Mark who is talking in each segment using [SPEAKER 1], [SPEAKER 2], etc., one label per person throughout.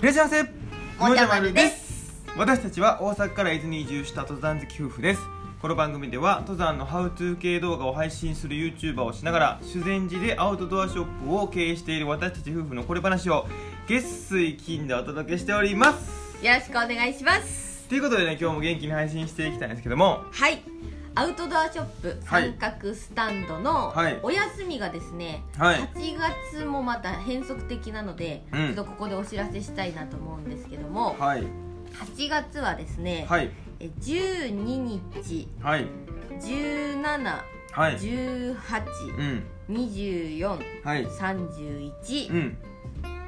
[SPEAKER 1] いらっしゃいませ
[SPEAKER 2] もじゃまるです
[SPEAKER 1] 私たちは大阪から伊豆に移住した登山好き夫婦ですこの番組では登山のハウトゥー系動画を配信する YouTuber をしながら修善寺でアウトドアショップを経営している私たち夫婦のこれ話を月水金でお届けしております
[SPEAKER 2] よろしくお願いします
[SPEAKER 1] ということでね今日も元気に配信していきたいんですけども
[SPEAKER 2] はいアウトドアショップ
[SPEAKER 1] はい
[SPEAKER 2] 三角スタンドの
[SPEAKER 1] はい
[SPEAKER 2] お休みがですね、
[SPEAKER 1] はい
[SPEAKER 2] 8月もまた変則的なので、
[SPEAKER 1] うん
[SPEAKER 2] ちょっとここでお知らせしたいなと思うんですけども、
[SPEAKER 1] はい
[SPEAKER 2] 8月はですね、
[SPEAKER 1] はい
[SPEAKER 2] え12日
[SPEAKER 1] はい
[SPEAKER 2] 1718、
[SPEAKER 1] はい
[SPEAKER 2] 18
[SPEAKER 1] うん
[SPEAKER 2] 24
[SPEAKER 1] はい
[SPEAKER 2] 31、
[SPEAKER 1] うん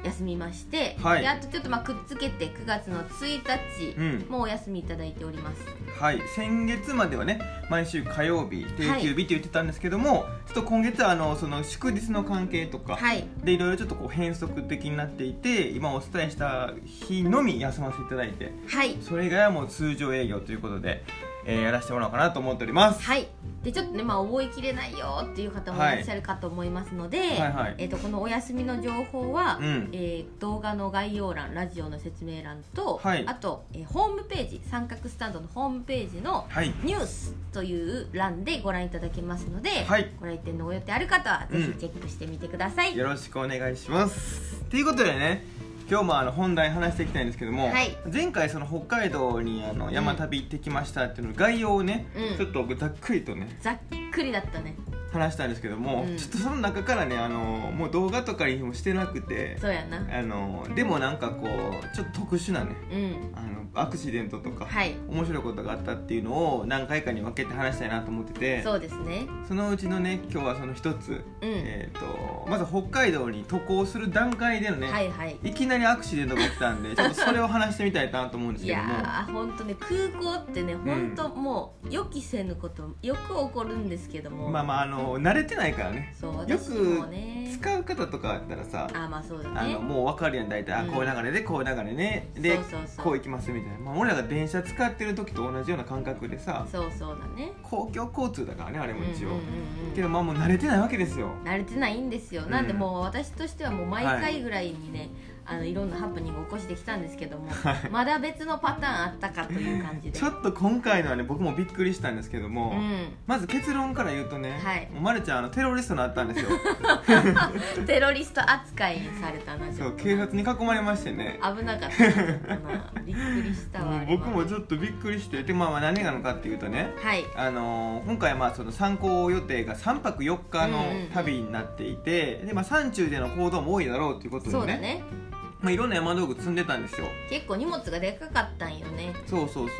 [SPEAKER 2] 休みまして、
[SPEAKER 1] はい
[SPEAKER 2] であとちょっとまあくっつけて9月の1日、
[SPEAKER 1] うん
[SPEAKER 2] もうお休みいただいております
[SPEAKER 1] はい、先月まではね毎週火曜日定休日って言ってたんですけども、ちょっと今月はあのその祝日の関係とか、
[SPEAKER 2] はい
[SPEAKER 1] でいろいろちょっとこう変則的になっていて今お伝えした日のみ休ませていただいて
[SPEAKER 2] はい
[SPEAKER 1] それ以外はもう通常営業ということで、えーやらせてもらおうかなと思っております
[SPEAKER 2] はいでちょっとねまあ覚えきれないよっていう方もいらっしゃるかと思いますので、
[SPEAKER 1] はいはい
[SPEAKER 2] えー、とこのお休みの情報は、
[SPEAKER 1] うん
[SPEAKER 2] えー動画の概要欄ラジオの説明欄と、
[SPEAKER 1] はい
[SPEAKER 2] あと、えーホームページ三角スタンドのホームページの
[SPEAKER 1] はい
[SPEAKER 2] ニュースという欄でご覧いただけますので、
[SPEAKER 1] はい
[SPEAKER 2] ご来店のご予定ある方はぜ
[SPEAKER 1] うん
[SPEAKER 2] ひチェックしてみてください、
[SPEAKER 1] よろしくお願いしますということでね今日もあの本題話していきたいんですけども、
[SPEAKER 2] はい
[SPEAKER 1] 前回その北海道にあの山旅行ってきましたっていうの概要をね、
[SPEAKER 2] うん
[SPEAKER 1] ちょっとざっくりとね
[SPEAKER 2] ざっくりだったね
[SPEAKER 1] 話したんですけども、
[SPEAKER 2] うん
[SPEAKER 1] ちょっとその中からねあのもう動画とかにもしてなくて
[SPEAKER 2] そうやな
[SPEAKER 1] あのでもなんかこうちょっと特殊なね
[SPEAKER 2] うん
[SPEAKER 1] あのアクシデントとか、
[SPEAKER 2] はい
[SPEAKER 1] 面白いことがあったっていうのを何回かに分けて話したいなと思ってて
[SPEAKER 2] そうですね
[SPEAKER 1] そのうちのね今日はその一つ、
[SPEAKER 2] うん、
[SPEAKER 1] えー、とまず北海道に渡航する段階でのね、
[SPEAKER 2] はいはい
[SPEAKER 1] い、きなりアクシデントが起きたん でちょっとそれを話してみたいなと思うんです
[SPEAKER 2] い
[SPEAKER 1] けども
[SPEAKER 2] やー本当ね空港ってね
[SPEAKER 1] ん
[SPEAKER 2] 本当もう予期せぬことよく起こるんですけども
[SPEAKER 1] まあまああの慣れてないからね
[SPEAKER 2] そう
[SPEAKER 1] よ
[SPEAKER 2] 私
[SPEAKER 1] く
[SPEAKER 2] もね
[SPEAKER 1] 使う方とかだったらさ
[SPEAKER 2] あーまあそうだ
[SPEAKER 1] あ
[SPEAKER 2] ね
[SPEAKER 1] のもう分かるやん大体、あ
[SPEAKER 2] うん
[SPEAKER 1] こういう流れでこういう流れねで
[SPEAKER 2] そうそうそう
[SPEAKER 1] こう行きますみたいな、まあ、俺らが電車使ってる時と同じような感覚でさ
[SPEAKER 2] そうそうだね
[SPEAKER 1] 公共交通だからねあれも一応、
[SPEAKER 2] うんうんうん
[SPEAKER 1] けどまあもう慣れてないわけですよ
[SPEAKER 2] 慣れてないんですよ、
[SPEAKER 1] うん
[SPEAKER 2] なんでもう私としてはもう毎
[SPEAKER 1] は
[SPEAKER 2] 回
[SPEAKER 1] い
[SPEAKER 2] ぐらいにね、い、あのいろんなハプニングを起こしてきたんですけども、
[SPEAKER 1] はい
[SPEAKER 2] まだ別のパターンあったかという感じで
[SPEAKER 1] ちょっと今回のはね僕もびっくりしたんですけども、
[SPEAKER 2] うん
[SPEAKER 1] まず結論から言うとね、
[SPEAKER 2] はい
[SPEAKER 1] もうまるちゃんあのテロリストになったん ですよ
[SPEAKER 2] テロリスト扱いにされたなち
[SPEAKER 1] そ
[SPEAKER 2] ょっ
[SPEAKER 1] う
[SPEAKER 2] とな
[SPEAKER 1] 警察に囲まれましてね
[SPEAKER 2] 危なかったなちょっとなびっくりしたわあ
[SPEAKER 1] うん
[SPEAKER 2] れ は
[SPEAKER 1] 僕もちょっとびっくりしてで、まあ、まあ何がのかっていうとね
[SPEAKER 2] はい
[SPEAKER 1] あのー今回まあその参考予定が3泊4日の
[SPEAKER 2] うんうんうん
[SPEAKER 1] 旅になっていて、でまあ、山中での行動も多いだろうということでね
[SPEAKER 2] そうだね
[SPEAKER 1] まあ、いろんな山道具積んでたんですよ
[SPEAKER 2] 結構荷物がでかかったんよね
[SPEAKER 1] そうそうそ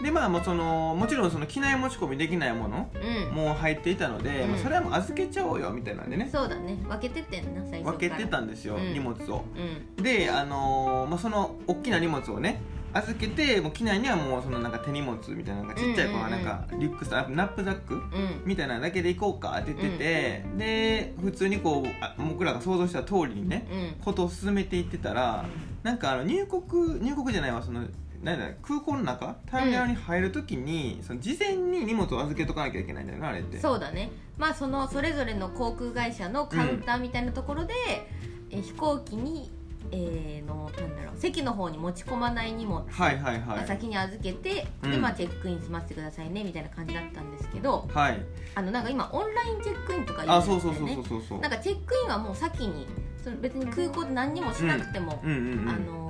[SPEAKER 1] うでまあもうそのもちろんその機内持ち込みできないもの
[SPEAKER 2] うん
[SPEAKER 1] も入っていたので、
[SPEAKER 2] うん
[SPEAKER 1] まあ、それはもう預けちゃおうよみたいなんでね
[SPEAKER 2] そうだね分けてってんな最初から
[SPEAKER 1] 分けてたんですよ、
[SPEAKER 2] うん
[SPEAKER 1] 荷物を
[SPEAKER 2] うん
[SPEAKER 1] であのーまあ、その大きな荷物をね預けてもう機内にはもうそのなんか手荷物みたいななんかちっちゃい子は
[SPEAKER 2] うんうん
[SPEAKER 1] な
[SPEAKER 2] うんん
[SPEAKER 1] かリュックさナップザック
[SPEAKER 2] うん
[SPEAKER 1] みたいなだけで行こうかって言ってて、で普通にこうあ僕らが想像した通りにね
[SPEAKER 2] うん
[SPEAKER 1] ことを進めていってたらなんかあの入国入国じゃないわそのなんだ空港の中ターミナルに入るときに、その事前に荷物を預けとかなきゃいけないんだよなあれって
[SPEAKER 2] そうだねまあそのそれぞれの航空会社のカウンターみたいなところで、え飛行機にえー、のなんだろう席の方に持ち込まない荷物
[SPEAKER 1] はいはいはい
[SPEAKER 2] 先に預けて、
[SPEAKER 1] う
[SPEAKER 2] で
[SPEAKER 1] ん
[SPEAKER 2] まあチェックイン済ませてくださいねみたいな感じだったんですけど
[SPEAKER 1] はい
[SPEAKER 2] あのなんか今オンラインチェックインとか言
[SPEAKER 1] あ
[SPEAKER 2] んです
[SPEAKER 1] そう
[SPEAKER 2] よ
[SPEAKER 1] そうそう
[SPEAKER 2] ね
[SPEAKER 1] そうそうそう
[SPEAKER 2] なんかチェックインはもう先にその別に空港で何にもしなくても、
[SPEAKER 1] うんうんうん
[SPEAKER 2] あのー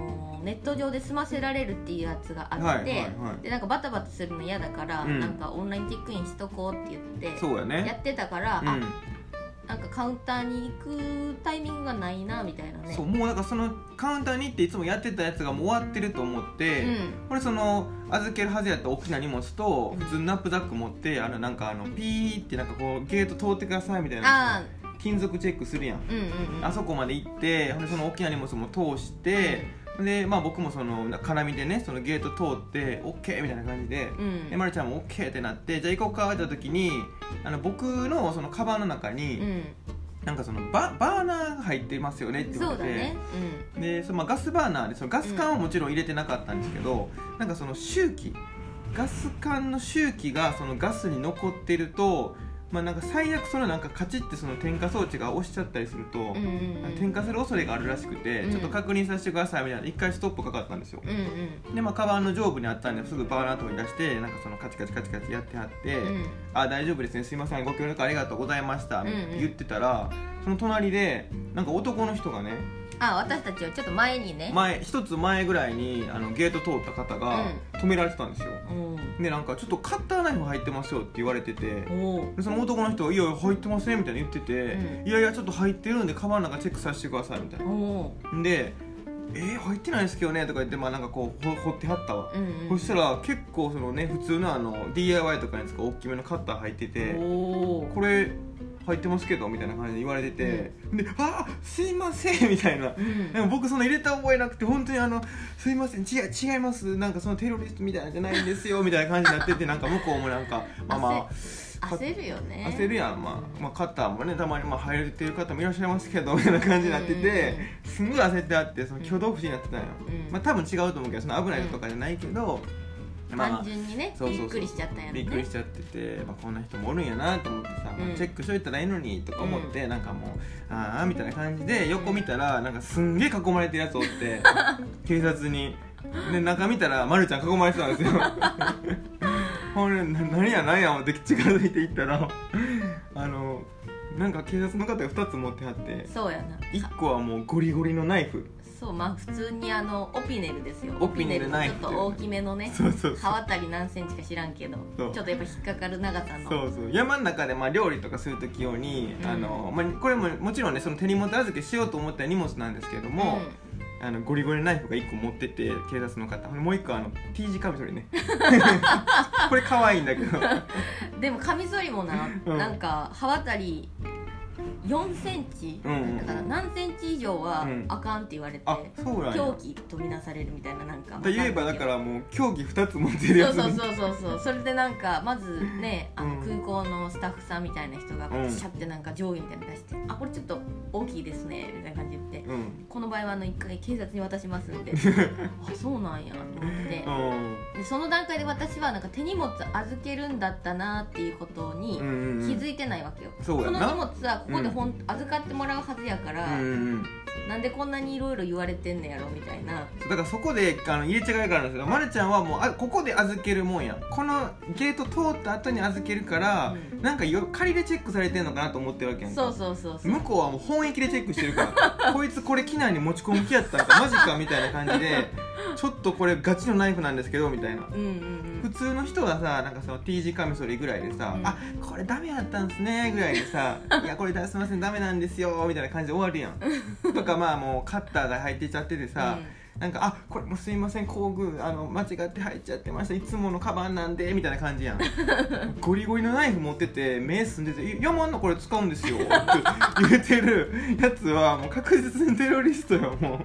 [SPEAKER 2] ネット上で済ませられるっていうやつがあって、
[SPEAKER 1] はいはいはい
[SPEAKER 2] でなんかバタバタするの嫌だから、
[SPEAKER 1] うん
[SPEAKER 2] なんかオンラインチェックインしとこうって言って
[SPEAKER 1] そうやね
[SPEAKER 2] やってたから、
[SPEAKER 1] う
[SPEAKER 2] あ
[SPEAKER 1] ん
[SPEAKER 2] なんかカウンターに行くタイミングがないなみたいなね
[SPEAKER 1] そうもうなんかそのカウンターに行っていつもやってたやつがもう終わってると思って、
[SPEAKER 2] うん
[SPEAKER 1] これその預けるはずやった大きな荷物と普通のナップザック持ってあのなんかあのピーってなんかこうゲート通ってくださいみたいな
[SPEAKER 2] あ
[SPEAKER 1] 金属チェックするやん
[SPEAKER 2] ーうんうんうん
[SPEAKER 1] あそこまで行ってほんでその大きな荷物も通してでまあ僕もその絡みでねそのゲート通ってオッケーみたいな感じで
[SPEAKER 2] う
[SPEAKER 1] で
[SPEAKER 2] ん
[SPEAKER 1] まるちゃんもオッケーってなってじゃあ行こうかって言った時にあの僕のそのカバンの中に、
[SPEAKER 2] うん
[SPEAKER 1] なんかそのババーナーが入ってますよねって言
[SPEAKER 2] そ
[SPEAKER 1] わ
[SPEAKER 2] う
[SPEAKER 1] れ
[SPEAKER 2] だ
[SPEAKER 1] て、
[SPEAKER 2] ね
[SPEAKER 1] でそのまあガスバーナーでそのガス管はもちろん入れてなかったんですけど、なんかその周期ガス管の周期がそのガスに残ってるとまあなんか最悪そのなんかカチッてその点火装置が押しちゃったりすると、
[SPEAKER 2] うんうんうん
[SPEAKER 1] 点火する恐れがあるらしくて、
[SPEAKER 2] うん
[SPEAKER 1] ちょっと確認させてくださいみたいな一回ストップかかったんですよ、
[SPEAKER 2] うん
[SPEAKER 1] でまあカバンの上部にあったんですぐバーナー取り出してなんかそのカチカチカチカチやってはって、
[SPEAKER 2] うんうん
[SPEAKER 1] あ大丈夫ですねすいませんご協力ありがとうございました、
[SPEAKER 2] うんうん
[SPEAKER 1] 言ってたらその隣でなんか男の人がね
[SPEAKER 2] あ私たちはちょっと前にね
[SPEAKER 1] 前一つ前ぐらいにあのゲート通った方が止められてたんですよ、
[SPEAKER 2] うん
[SPEAKER 1] でなんかちょっとカッターナイフ入ってますよって言われてて
[SPEAKER 2] おう
[SPEAKER 1] でその男の人が「いやいや入ってますね」みたいな言ってて
[SPEAKER 2] う
[SPEAKER 1] 「いやいやちょっと入ってるんでカバンの中チェックさせてください」みたいな
[SPEAKER 2] お
[SPEAKER 1] で「えー、入ってないですけどね」とか言ってまあなんかこうほ掘ってはったわ
[SPEAKER 2] う、うん
[SPEAKER 1] そしたら結構そのね普通のあの DIY とかに使う大きめのカッター入ってて
[SPEAKER 2] おう
[SPEAKER 1] これ入ってますけどみたいな感じで言われてて、で「あーすいません」みたいな。
[SPEAKER 2] うん
[SPEAKER 1] でも僕その入れた覚えなくて本当にあの「すいません違う違いますなんかそのテロリストみたいなんじゃないんですよ」みたいな感じになっててなんか向こうもなんかまあまあか
[SPEAKER 2] 焦るよね
[SPEAKER 1] 焦るやん、まあ、まあカッターもねたまにまあ入れてる方もいらっしゃいますけどみたいな感じになっててすごい焦ってあってその挙動不審になってたんよ、
[SPEAKER 2] うん
[SPEAKER 1] まあ、多分違うと思うけどその危ないとかじゃないけど、まあまあ
[SPEAKER 2] 単純にね
[SPEAKER 1] そうそうそう
[SPEAKER 2] びっくりしちゃったんやろ
[SPEAKER 1] び
[SPEAKER 2] ね
[SPEAKER 1] っくりしちゃってて、まあ、こんな人もおるんやなと思ってさ、まあ
[SPEAKER 2] うん
[SPEAKER 1] チェックしといたらいいのにとか思って、なんかもうああみたいな感じで横見たらなんかすんげえ囲まれてるやつおって 警察にで中見たらまるちゃん囲まれてたんですよほんでな何や何や思って近づいていったらあのなんか警察の方が2つ持ってはって
[SPEAKER 2] そうやな
[SPEAKER 1] 1個はもうゴリゴリのナイフ
[SPEAKER 2] そうまあ普通にあのオピネルですよ
[SPEAKER 1] オピネル
[SPEAKER 2] オ
[SPEAKER 1] ナイ
[SPEAKER 2] ちょ
[SPEAKER 1] フ
[SPEAKER 2] っと大きめのね
[SPEAKER 1] そうそうそう
[SPEAKER 2] 刃渡り何センチか知らんけど
[SPEAKER 1] そう
[SPEAKER 2] ちょっとやっぱ引っかかる長さの
[SPEAKER 1] そうそう山の中でまあ料理とかする時用に、
[SPEAKER 2] うん
[SPEAKER 1] あのまあ、これももちろんねその手荷物預けしようと思った荷物なんですけども、あのゴリゴリナイフが1個持ってて警察の方もう1個あの T 字カミソリ ねこれ可愛いんだけど
[SPEAKER 2] うんでもカミソリもな、
[SPEAKER 1] うん
[SPEAKER 2] なんか刃渡り4センチ、
[SPEAKER 1] うんうん
[SPEAKER 2] だから何センチ以上は
[SPEAKER 1] うん
[SPEAKER 2] あかんって言われて、
[SPEAKER 1] あそうなんや
[SPEAKER 2] 狂気とみなされるみたいななんか
[SPEAKER 1] と言えばだからもう凶器2つ持ってる
[SPEAKER 2] そ
[SPEAKER 1] や
[SPEAKER 2] う
[SPEAKER 1] つ
[SPEAKER 2] そうそうそうそうそれでなんかまずねあ
[SPEAKER 1] う
[SPEAKER 2] の
[SPEAKER 1] ん
[SPEAKER 2] 空港のスタッフさんみたいな人が
[SPEAKER 1] うん
[SPEAKER 2] シャってなんか定規みたいなの出して「あこれちょっと大きいですね」みたいな感じで言って。
[SPEAKER 1] うん
[SPEAKER 2] この場合はあの一回警察に渡します んであそうなんやと思って
[SPEAKER 1] うん
[SPEAKER 2] でその段階で私はなんか手荷物預けるんだったなっていうことに
[SPEAKER 1] うんうん
[SPEAKER 2] 気づ
[SPEAKER 1] い
[SPEAKER 2] いてないわけよ、
[SPEAKER 1] そうや
[SPEAKER 2] この
[SPEAKER 1] な
[SPEAKER 2] 荷物はここでほん、預かってもらうはずやから、
[SPEAKER 1] うんうん
[SPEAKER 2] なんでこんなにいろいろ言われてんのやろみたいな
[SPEAKER 1] そうだからそこであの入れ違いがあるんですけど、ま、るちゃんはもうあここで預けるもんやこのゲート通った後に預けるから、
[SPEAKER 2] うん
[SPEAKER 1] なんかよ仮でチェックされてんのかなと思ってるわけやんか
[SPEAKER 2] そうそうそうそう
[SPEAKER 1] 向こうはもう本域でチェックしてるから こいつこれ機内に持ち込む気やったんかマジかみたいな感じでちょっとこれガチのナイフなんですけどみたいな
[SPEAKER 2] うんうんう
[SPEAKER 1] 普通の人はさなんかその T 字カミソリぐらいでさ「
[SPEAKER 2] うん
[SPEAKER 1] あこれダメだったんですね」ぐらいで さ「いやこれだすいませんダメなんですよ」みたいな感じで終わるやんとかまあもうカッターが入っていっちゃってて
[SPEAKER 2] ん
[SPEAKER 1] さ、なんか「あこれもうすいません工具あの間違って入っちゃってましたいつものカバンなんで」みたいな感じやんゴリゴリのナイフ持ってて目すんでてい「いやもうあんなこれ使うんですよ」って言ってるやつはもう確実にテロリストよも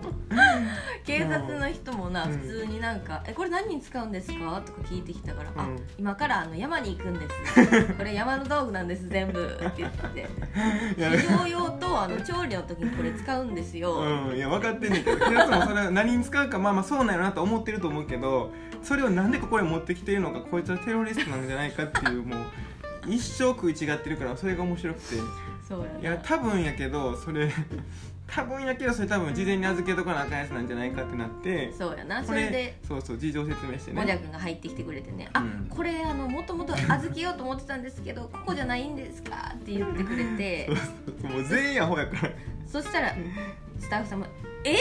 [SPEAKER 2] 警察の人もな、
[SPEAKER 1] うん
[SPEAKER 2] 普通になんか「えこれ何に使うんですか?」とか聞いてきたから「あ
[SPEAKER 1] うん
[SPEAKER 2] 今からあの山に行くん です」「これ山の道具なんです全部」って言って
[SPEAKER 1] ういや
[SPEAKER 2] 非常用とあの調理の時にこれ使うんですよ、
[SPEAKER 1] うん、いや分かってんねんけど警察もそれは何に使うかまあまあそうなんやろなと思ってると思うけどそれをなんでここに持ってきてるのかこいつはテロリストなんじゃないかっていうもう一生食い違ってるからそれが面白くてい
[SPEAKER 2] そうやな
[SPEAKER 1] や多分やけどそれ 多分やけどそれ多分事前に預けとかなあかんやつなんじゃないかってなって
[SPEAKER 2] そうやな
[SPEAKER 1] こ
[SPEAKER 2] それで
[SPEAKER 1] そうそう事情説明して
[SPEAKER 2] もじゃ
[SPEAKER 1] ね
[SPEAKER 2] くんが入ってきてくれてね「
[SPEAKER 1] う
[SPEAKER 2] あ
[SPEAKER 1] ん
[SPEAKER 2] これあのもともと預けようと思ってたんですけどここじゃないんですか?」って言ってくれて
[SPEAKER 1] そうそうもう全員アホやから
[SPEAKER 2] そしたらスタッフさんも「え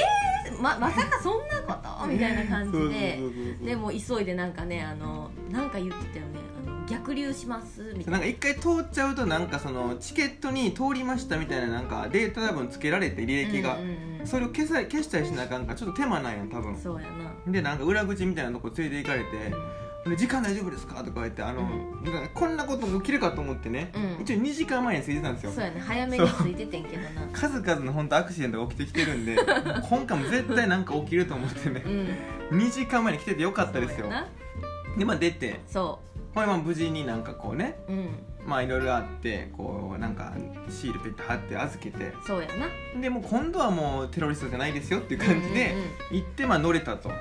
[SPEAKER 2] ー、ままさかそんなこと?」みたいな感じで
[SPEAKER 1] そうそうそうそう
[SPEAKER 2] でもう急いでなんかねあのなんか言ってたよねあの逆流しますみたい
[SPEAKER 1] なん
[SPEAKER 2] な。
[SPEAKER 1] か一回通っちゃうとなんかそのチケットに通りましたみたいななんかデータ多分つけられて履歴が、
[SPEAKER 2] うんうんうん
[SPEAKER 1] それを消さ消したりしなあかんからちょっと手間ないやん多分
[SPEAKER 2] そうやな
[SPEAKER 1] でなんか裏口みたいなとこ連れて行かれて「で時間大丈夫ですか?」とか言ってあの、
[SPEAKER 2] うん
[SPEAKER 1] なんかこんなこと起きるかと思ってね、
[SPEAKER 2] うん
[SPEAKER 1] 一応2時間前に着いてたんですよ
[SPEAKER 2] そうやね早めについててんけどな
[SPEAKER 1] 数々の本当アクシデントが起きてきてるん で今回も絶対なんか起きると思ってね
[SPEAKER 2] うん
[SPEAKER 1] 2時間前に来ててよかったです
[SPEAKER 2] そう
[SPEAKER 1] よ
[SPEAKER 2] やな
[SPEAKER 1] でまあ出て
[SPEAKER 2] そ
[SPEAKER 1] これまあ無事になんかこうね
[SPEAKER 2] ううん
[SPEAKER 1] まあいろいろあってこうなんかシールペッて貼って預けて
[SPEAKER 2] そうやな
[SPEAKER 1] でもう今度はもうテロリストじゃないですよっていう感じで
[SPEAKER 2] うんうんうん
[SPEAKER 1] 行ってまあ乗れたと
[SPEAKER 2] は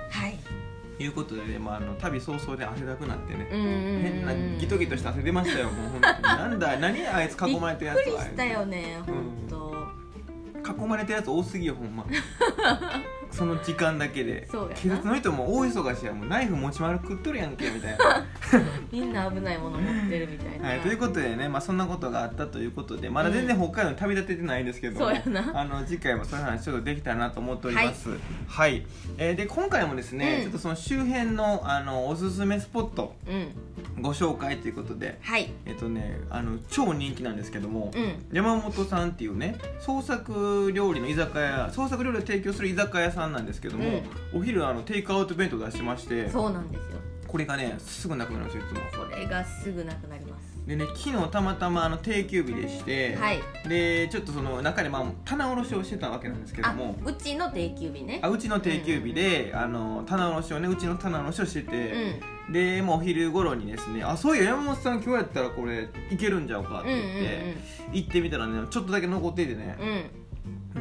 [SPEAKER 2] い
[SPEAKER 1] いうことでね、まあ、あの旅早々で汗だくなってね
[SPEAKER 2] うんうんうん
[SPEAKER 1] 変なギトギトして汗出ましたよもう本当になんだ何あいつ囲まれてるや
[SPEAKER 2] びっ
[SPEAKER 1] つ
[SPEAKER 2] くり
[SPEAKER 1] は
[SPEAKER 2] したよね
[SPEAKER 1] うん
[SPEAKER 2] 本当、
[SPEAKER 1] 囲まれてるやつ多すぎよほん まその時間だけで
[SPEAKER 2] そうやな
[SPEAKER 1] 警察の人も大忙しやもうナイフ持ち回る食っとるやんけみ たいな、
[SPEAKER 2] みんな危ないもの持ってるみたいな、
[SPEAKER 1] はい、ということでね、まあ、そんなことがあったということでまだ全然北海道に旅立ててないんですけども、
[SPEAKER 2] そうやな
[SPEAKER 1] あの次回もそういう話ちょっとできたらなと思っておりますはい、えーで今回もですね、ち
[SPEAKER 2] うん
[SPEAKER 1] ょっとその周辺のあのおすすめスポット
[SPEAKER 2] うん
[SPEAKER 1] ご紹介ということで
[SPEAKER 2] はい
[SPEAKER 1] えっとねあの超人気なんですけども、
[SPEAKER 2] うん
[SPEAKER 1] 山本さんっていうね創作料理の居酒屋創作料理を提供する居酒屋さんなんですけども、お昼あのテイクアウト弁当出してまして
[SPEAKER 2] そうなんですよ
[SPEAKER 1] これがねすぐなくなるんですよいつも
[SPEAKER 2] これがすぐなくなります
[SPEAKER 1] でね昨日たまたまあの定休日でして、
[SPEAKER 2] はい
[SPEAKER 1] でちょっとその中で、まあ、棚卸しをしてたわけなんですけど
[SPEAKER 2] あ
[SPEAKER 1] も
[SPEAKER 2] うちの定休日ね
[SPEAKER 1] あうちの定休日で、あの棚卸しをねうちの棚卸しをして
[SPEAKER 2] う
[SPEAKER 1] て、
[SPEAKER 2] ん
[SPEAKER 1] でもうお昼頃にですね「あそういや山本さん今日やったらこれいけるんちゃうか」って
[SPEAKER 2] うんうん
[SPEAKER 1] 言って、行ってみたらねちょっとだけ残っててね、
[SPEAKER 2] うん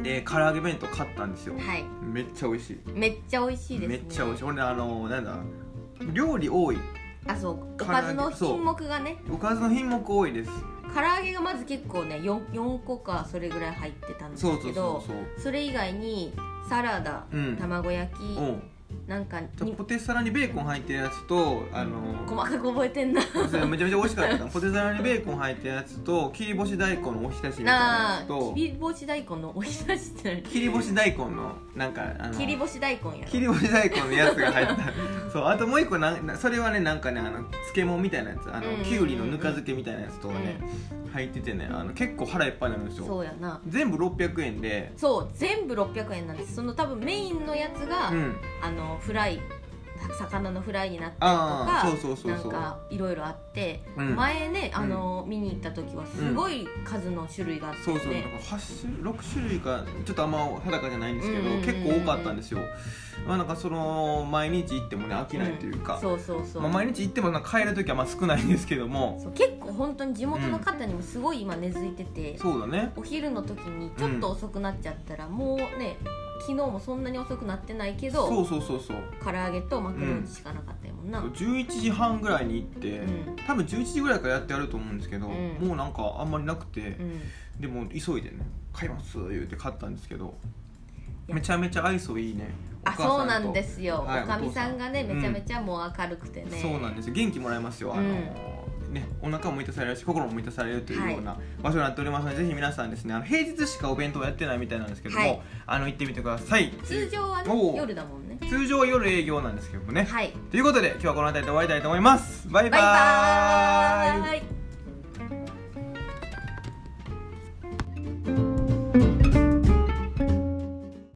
[SPEAKER 1] で唐揚げ弁当買ったんですよ、
[SPEAKER 2] うんはい
[SPEAKER 1] めっちゃ美味しい
[SPEAKER 2] めっちゃ美味しいです
[SPEAKER 1] め
[SPEAKER 2] ね
[SPEAKER 1] っちゃ美味しい俺ねあのなんだ料理多い
[SPEAKER 2] あそうおかずの品目がね
[SPEAKER 1] おかずの品目多いです
[SPEAKER 2] 唐揚げがまず結構ね 4, 4個かそれぐらい入ってたんですけ
[SPEAKER 1] そ
[SPEAKER 2] ど
[SPEAKER 1] うそうそうそう
[SPEAKER 2] それ以外にサラダ、
[SPEAKER 1] うん
[SPEAKER 2] 卵焼き、
[SPEAKER 1] うん
[SPEAKER 2] なんか
[SPEAKER 1] じゃあ
[SPEAKER 2] に
[SPEAKER 1] ポテサラにベーコン入ってるやつとあ
[SPEAKER 2] 細
[SPEAKER 1] の
[SPEAKER 2] かく覚えて んな
[SPEAKER 1] それめちゃめちゃ美味しかったポテサラにベーコン入ってるやつと切り干し大根のおひたしみたいな
[SPEAKER 2] な
[SPEAKER 1] や
[SPEAKER 2] あ
[SPEAKER 1] つと
[SPEAKER 2] 切り干し大根のおひたしって
[SPEAKER 1] 切り干し大根のなんかあの
[SPEAKER 2] 何切り干し大根やろ
[SPEAKER 1] 切り干し大根のやつが入ったそうあともう一個なんなそれはねなんかねあの漬物みたいなやつあ
[SPEAKER 2] うんうん
[SPEAKER 1] の
[SPEAKER 2] うん
[SPEAKER 1] きゅうりのぬか漬けみたいなやつとかね、入っててねあの結構腹いっぱいになるんですよ
[SPEAKER 2] そうやな
[SPEAKER 1] 全部600円で
[SPEAKER 2] そう全部600円なんですその多分メインのやつが、
[SPEAKER 1] うん
[SPEAKER 2] あのフライた魚のフライになったりと
[SPEAKER 1] ああ
[SPEAKER 2] か
[SPEAKER 1] そうそうそうそう
[SPEAKER 2] なんかいろいろあって、
[SPEAKER 1] うん
[SPEAKER 2] 前ねあの、見に行った時はすごい数の種類があって、ね
[SPEAKER 1] そうそうなんか8種6種類かちょっとあんま裸じゃないんですけど、
[SPEAKER 2] うんうんうんうん
[SPEAKER 1] 結構多かったんですよまあなんかその毎日行ってもね飽きないというか、
[SPEAKER 2] そうそうそう、
[SPEAKER 1] まあ、毎日行ってもなんか帰る時はまあ少ないんですけども
[SPEAKER 2] そう結構本当に地元の方にもすごい今根付いてて、
[SPEAKER 1] そうだね
[SPEAKER 2] お昼の時にちょっと遅くなっちゃったら、もうね昨日もそんなに遅くなってないけど
[SPEAKER 1] そうそうそうそう
[SPEAKER 2] 唐揚げとマカロニしかなかったよもんな、
[SPEAKER 1] 11時半ぐらいに行って、
[SPEAKER 2] うん
[SPEAKER 1] 多分11時ぐらいからやってやると思うんですけど、
[SPEAKER 2] うん
[SPEAKER 1] もうなんかあんまりなくて、
[SPEAKER 2] うん
[SPEAKER 1] でも急いでね買います言うて買ったんですけど
[SPEAKER 2] いや
[SPEAKER 1] めちゃめちゃ愛想いいねお
[SPEAKER 2] あ
[SPEAKER 1] 母さんと
[SPEAKER 2] そうなんですよ、
[SPEAKER 1] はい
[SPEAKER 2] おかみさんがね
[SPEAKER 1] お父さん
[SPEAKER 2] めちゃめちゃもう明るくてね、
[SPEAKER 1] そうなんですよ元気もらえますよあの、
[SPEAKER 2] うん
[SPEAKER 1] ね、お腹も満たされるし心も満たされるというような場所になっておりますので、ぜひ皆さんですねあの平日しかお弁当やってないみたいなんですけども、
[SPEAKER 2] はい
[SPEAKER 1] あの行ってみてください
[SPEAKER 2] 通常は
[SPEAKER 1] お
[SPEAKER 2] ね
[SPEAKER 1] う
[SPEAKER 2] 夜だもんね
[SPEAKER 1] 通常は夜営業なんですけどもね、
[SPEAKER 2] はい
[SPEAKER 1] ということで今日はこの辺りで終わりたいと思いますバイバ
[SPEAKER 2] バイ
[SPEAKER 1] ーイ
[SPEAKER 2] バーイ